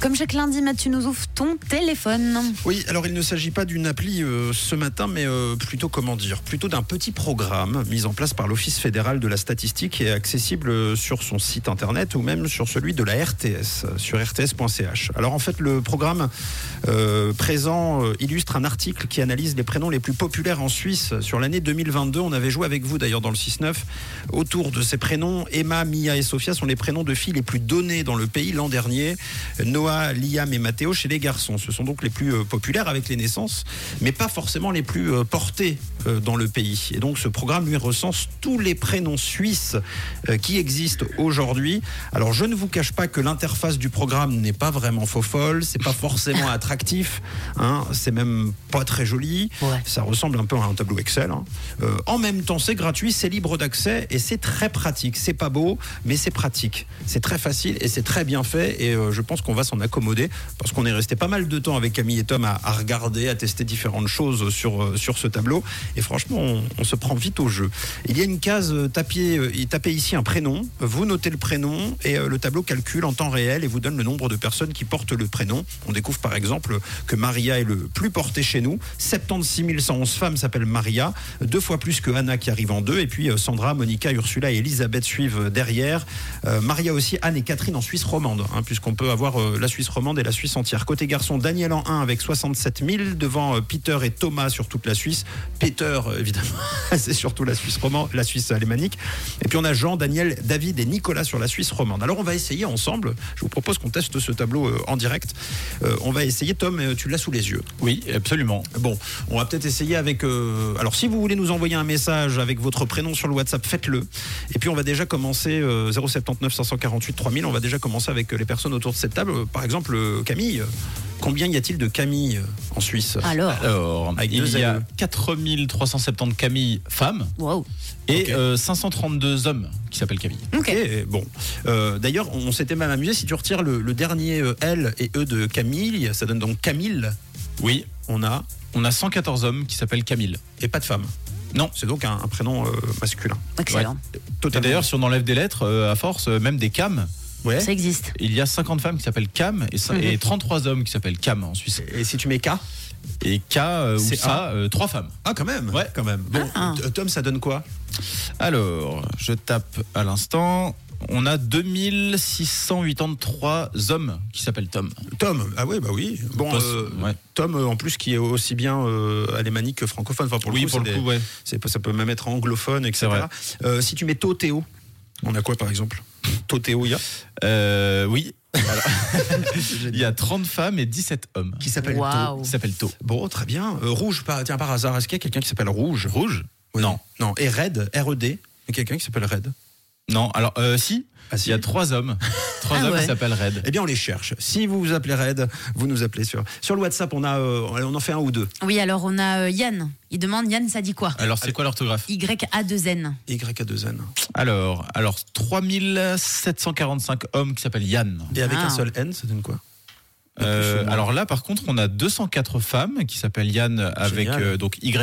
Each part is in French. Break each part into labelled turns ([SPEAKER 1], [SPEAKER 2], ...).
[SPEAKER 1] Comme chaque lundi, Matt, tu nous ouvres ton téléphone.
[SPEAKER 2] Oui, alors il ne s'agit pas d'une appli euh, ce matin, mais euh, plutôt, comment dire, plutôt d'un petit programme mis en place par l'Office fédéral de la statistique et accessible euh, sur son site internet ou même sur celui de la RTS, euh, sur rts.ch. Alors en fait, le programme euh, présent euh, illustre un article qui analyse les prénoms les plus populaires en Suisse sur l'année 2022. On avait joué avec vous d'ailleurs dans le 6-9. Autour de ces prénoms, Emma, Mia et Sophia sont les prénoms de filles les plus donnés dans le pays l'an dernier. Noah, Liam et Mathéo chez les garçons. Ce sont donc les plus euh, populaires avec les naissances, mais pas forcément les plus euh, portés euh, dans le pays. Et donc ce programme lui recense tous les prénoms suisses euh, qui existent aujourd'hui. Alors je ne vous cache pas que l'interface du programme n'est pas vraiment faux folle, c'est pas forcément attractif, hein, c'est même pas très joli,
[SPEAKER 1] Ouais.
[SPEAKER 2] ça ressemble un peu à un tableau Excel. hein. Euh, en même temps, c'est gratuit, c'est libre d'accès et c'est très pratique. C'est pas beau, mais c'est pratique. C'est très facile et c'est très bien fait. Et euh, je pense qu'on va s'en accommoder parce qu'on est resté pas mal de temps avec Camille et Tom à, à regarder, à tester différentes choses sur, euh, sur ce tableau. Et franchement, on, on se prend vite au jeu. Il y a une case, euh, tapez, euh, y- tapez ici un prénom, vous notez le prénom et euh, le tableau calcule en temps réel et vous donne le nombre de personnes qui portent le prénom. On découvre par exemple que Maria est le plus porté chez nous. 76 111 femmes s'appellent Maria, deux fois plus que Anna qui arrive en deux. Et puis euh, Sandra, Monica, Ursula et Elisabeth suivent euh, derrière. Euh, Maria aussi, Anne et Catherine en Suisse romande, hein, puisqu'on peut avoir euh, la Suisse romande et la Suisse entière. Côté garçon, Daniel en 1 avec 67 000, devant euh, Peter et Thomas sur toute la Suisse. Peter, euh, évidemment, c'est surtout la Suisse romande, la Suisse alémanique. Et puis on a Jean, Daniel, David et Nicolas sur la Suisse romande. Alors on va essayer ensemble, je vous propose qu'on teste ce tableau euh, en direct. Euh, on va essayer, Tom, euh, tu l'as sous les yeux.
[SPEAKER 3] Oui, absolument.
[SPEAKER 2] Bon, on va peut-être essayer avec. euh, Alors, si vous voulez nous envoyer un message avec votre prénom sur le WhatsApp, faites-le. Et puis, on va déjà commencer euh, 079 548 3000. On va déjà commencer avec euh, les personnes autour de cette table. Euh, Par exemple, euh, Camille. Combien y a-t-il de Camille euh, en Suisse
[SPEAKER 1] Alors,
[SPEAKER 3] Alors,
[SPEAKER 2] Avec
[SPEAKER 3] il
[SPEAKER 2] deux
[SPEAKER 3] y a
[SPEAKER 2] LE.
[SPEAKER 3] 4370 Camille femmes
[SPEAKER 1] wow.
[SPEAKER 3] et
[SPEAKER 2] Ok.
[SPEAKER 3] euh, 532 hommes qui s'appellent Camille.
[SPEAKER 1] Ok.
[SPEAKER 2] Ok, bon. Euh, D'ailleurs, on s'était même amusé. Si tu retires le, le dernier euh, L et E de Camille, ça donne donc Camille.
[SPEAKER 3] Oui,
[SPEAKER 2] On a.
[SPEAKER 3] on a 114 hommes qui s'appellent Camille.
[SPEAKER 2] Et pas de femme.
[SPEAKER 3] Non.
[SPEAKER 2] C'est donc un, un prénom euh, masculin.
[SPEAKER 1] Excellent.
[SPEAKER 3] Et
[SPEAKER 2] Totalement.
[SPEAKER 3] d'ailleurs, si on enlève des lettres, euh, à force, euh, même des cams,
[SPEAKER 2] ouais.
[SPEAKER 1] Ça existe.
[SPEAKER 3] il y a 50 femmes qui s'appellent Cam et, cin-
[SPEAKER 1] Mhm.
[SPEAKER 3] et 33 hommes qui s'appellent Cam en Suisse.
[SPEAKER 2] Et si tu mets K
[SPEAKER 3] Et K euh, ou
[SPEAKER 2] C'est
[SPEAKER 3] ça, euh, trois femmes.
[SPEAKER 2] Ah, quand même
[SPEAKER 3] Ouais.
[SPEAKER 2] quand même. Bon,
[SPEAKER 1] Ah.
[SPEAKER 2] t- Tom, ça donne quoi
[SPEAKER 3] Alors, je tape à l'instant. On a 2683 hommes qui s'appellent Tom.
[SPEAKER 2] Tom, ah oui, bah oui. Bon,
[SPEAKER 3] Tom,
[SPEAKER 2] euh,
[SPEAKER 3] ouais.
[SPEAKER 2] Tom, euh, en plus, qui est aussi bien euh, alémanique que francophone. Enfin, pour le
[SPEAKER 3] oui,
[SPEAKER 2] coup,
[SPEAKER 3] pour
[SPEAKER 2] c'est
[SPEAKER 3] le coup,
[SPEAKER 2] des-
[SPEAKER 3] ouais.
[SPEAKER 2] c'est- ça peut même être anglophone, etc.
[SPEAKER 3] vrai.
[SPEAKER 2] Euh, si tu mets Totéo, on a quoi par exemple Totéo, il y a
[SPEAKER 3] Euh, oui. Il y a 30 femmes et 17 hommes
[SPEAKER 2] Qui s'appelle
[SPEAKER 1] Waouh.
[SPEAKER 2] To.
[SPEAKER 3] qui s'appellent Tau.
[SPEAKER 2] Bon, très bien. Euh, rouge, par, tiens, par hasard, est-ce qu'il y a quelqu'un qui s'appelle Rouge Rouge Non. Non. Et Red, R-E-D. Il y a quelqu'un qui s'appelle Red.
[SPEAKER 3] Non, alors euh, si,
[SPEAKER 2] Ah, si.
[SPEAKER 3] il y a trois hommes. Trois
[SPEAKER 1] Ah
[SPEAKER 3] hommes
[SPEAKER 1] ouais.
[SPEAKER 3] qui s'appellent Red.
[SPEAKER 2] Eh bien, on les cherche. Si vous vous appelez Red, vous nous appelez sur. Sur le WhatsApp, on, a, euh, on en fait un ou deux.
[SPEAKER 1] Oui, alors on a euh, Yann. Il demande Yann, ça dit quoi
[SPEAKER 3] Alors c'est quoi l'orthographe
[SPEAKER 1] Y-A-2-N.
[SPEAKER 2] Y-A-2-N.
[SPEAKER 3] Alors, alors 3745 hommes qui s'appellent Yann.
[SPEAKER 2] Et avec
[SPEAKER 1] Ah.
[SPEAKER 2] un seul N, ça donne quoi
[SPEAKER 3] Euh,
[SPEAKER 2] Absolument.
[SPEAKER 3] alors là, par contre, on a 204 femmes qui s'appellent Yann avec
[SPEAKER 2] Génial.
[SPEAKER 3] euh, donc YAN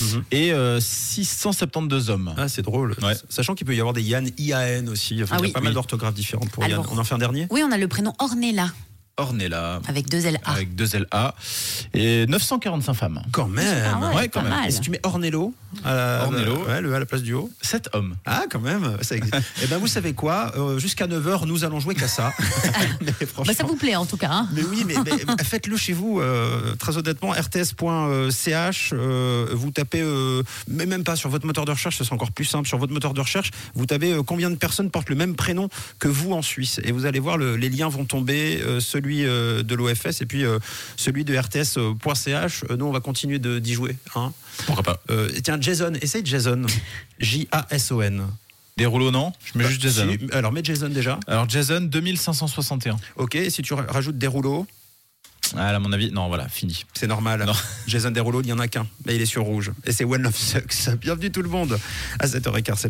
[SPEAKER 2] Mhm.
[SPEAKER 3] et euh, 672 hommes.
[SPEAKER 2] Ah, c'est drôle.
[SPEAKER 3] Ouais.
[SPEAKER 2] Sachant qu'il peut y avoir des Yann, IAN aussi. Enfin,
[SPEAKER 1] Ah
[SPEAKER 2] il y
[SPEAKER 1] oui.
[SPEAKER 2] a pas mal
[SPEAKER 3] Oui.
[SPEAKER 2] d'orthographes différentes pour
[SPEAKER 1] Alors.
[SPEAKER 2] Yann. On en fait un dernier
[SPEAKER 1] Oui, on a le prénom Ornella
[SPEAKER 3] Ornella
[SPEAKER 1] avec deux L-A.
[SPEAKER 3] avec 2 LA et 945 femmes.
[SPEAKER 2] Quand même
[SPEAKER 1] Ah
[SPEAKER 3] ouais, quand
[SPEAKER 1] pas
[SPEAKER 3] même.
[SPEAKER 1] mal.
[SPEAKER 2] Et si tu mets Ornello, à la-
[SPEAKER 3] Ornello.
[SPEAKER 2] ouais, le A à la place du O.
[SPEAKER 3] 7 hommes.
[SPEAKER 2] Ah, quand même, ça existe. Eh ben, vous savez quoi Euh, Jusqu'à 9h, nous allons jouer qu'à ça. mais
[SPEAKER 1] Bah,
[SPEAKER 2] franchement.
[SPEAKER 1] ça vous plaît en tout cas. hein
[SPEAKER 2] Mais oui, mais, mais faites-le chez vous. euh, très honnêtement, rts.ch, euh, vous tapez, euh, mais même pas sur votre moteur de recherche, ce sera encore plus simple. Sur votre moteur de recherche, vous tapez euh, combien de personnes portent le même prénom que vous en Suisse. Et vous allez voir, le- les liens vont tomber, euh, celui euh, de l'OFS et puis euh, celui de rts.ch. Euh, nous, on va continuer de- d'y jouer. hein.
[SPEAKER 3] Pourquoi pas
[SPEAKER 2] Euh, tiens, Jason, essaye Jason. J-A-S-O-N.
[SPEAKER 3] Des rouleaux, non Je mets
[SPEAKER 2] Bah,
[SPEAKER 3] juste Jason. hein.
[SPEAKER 2] si- alors, mets Jason déjà.
[SPEAKER 3] Alors Jason, 2561.
[SPEAKER 2] Ok, et si tu ra- rajoutes des rouleaux.
[SPEAKER 3] Ah, à mon avis, non, voilà, fini.
[SPEAKER 2] C'est normal.
[SPEAKER 3] Non.
[SPEAKER 2] Jason Derulo, il n'y en a qu'un. Mais il est sur rouge. Et c'est One Love Sucks. Bienvenue tout le monde. À 7h15, c'est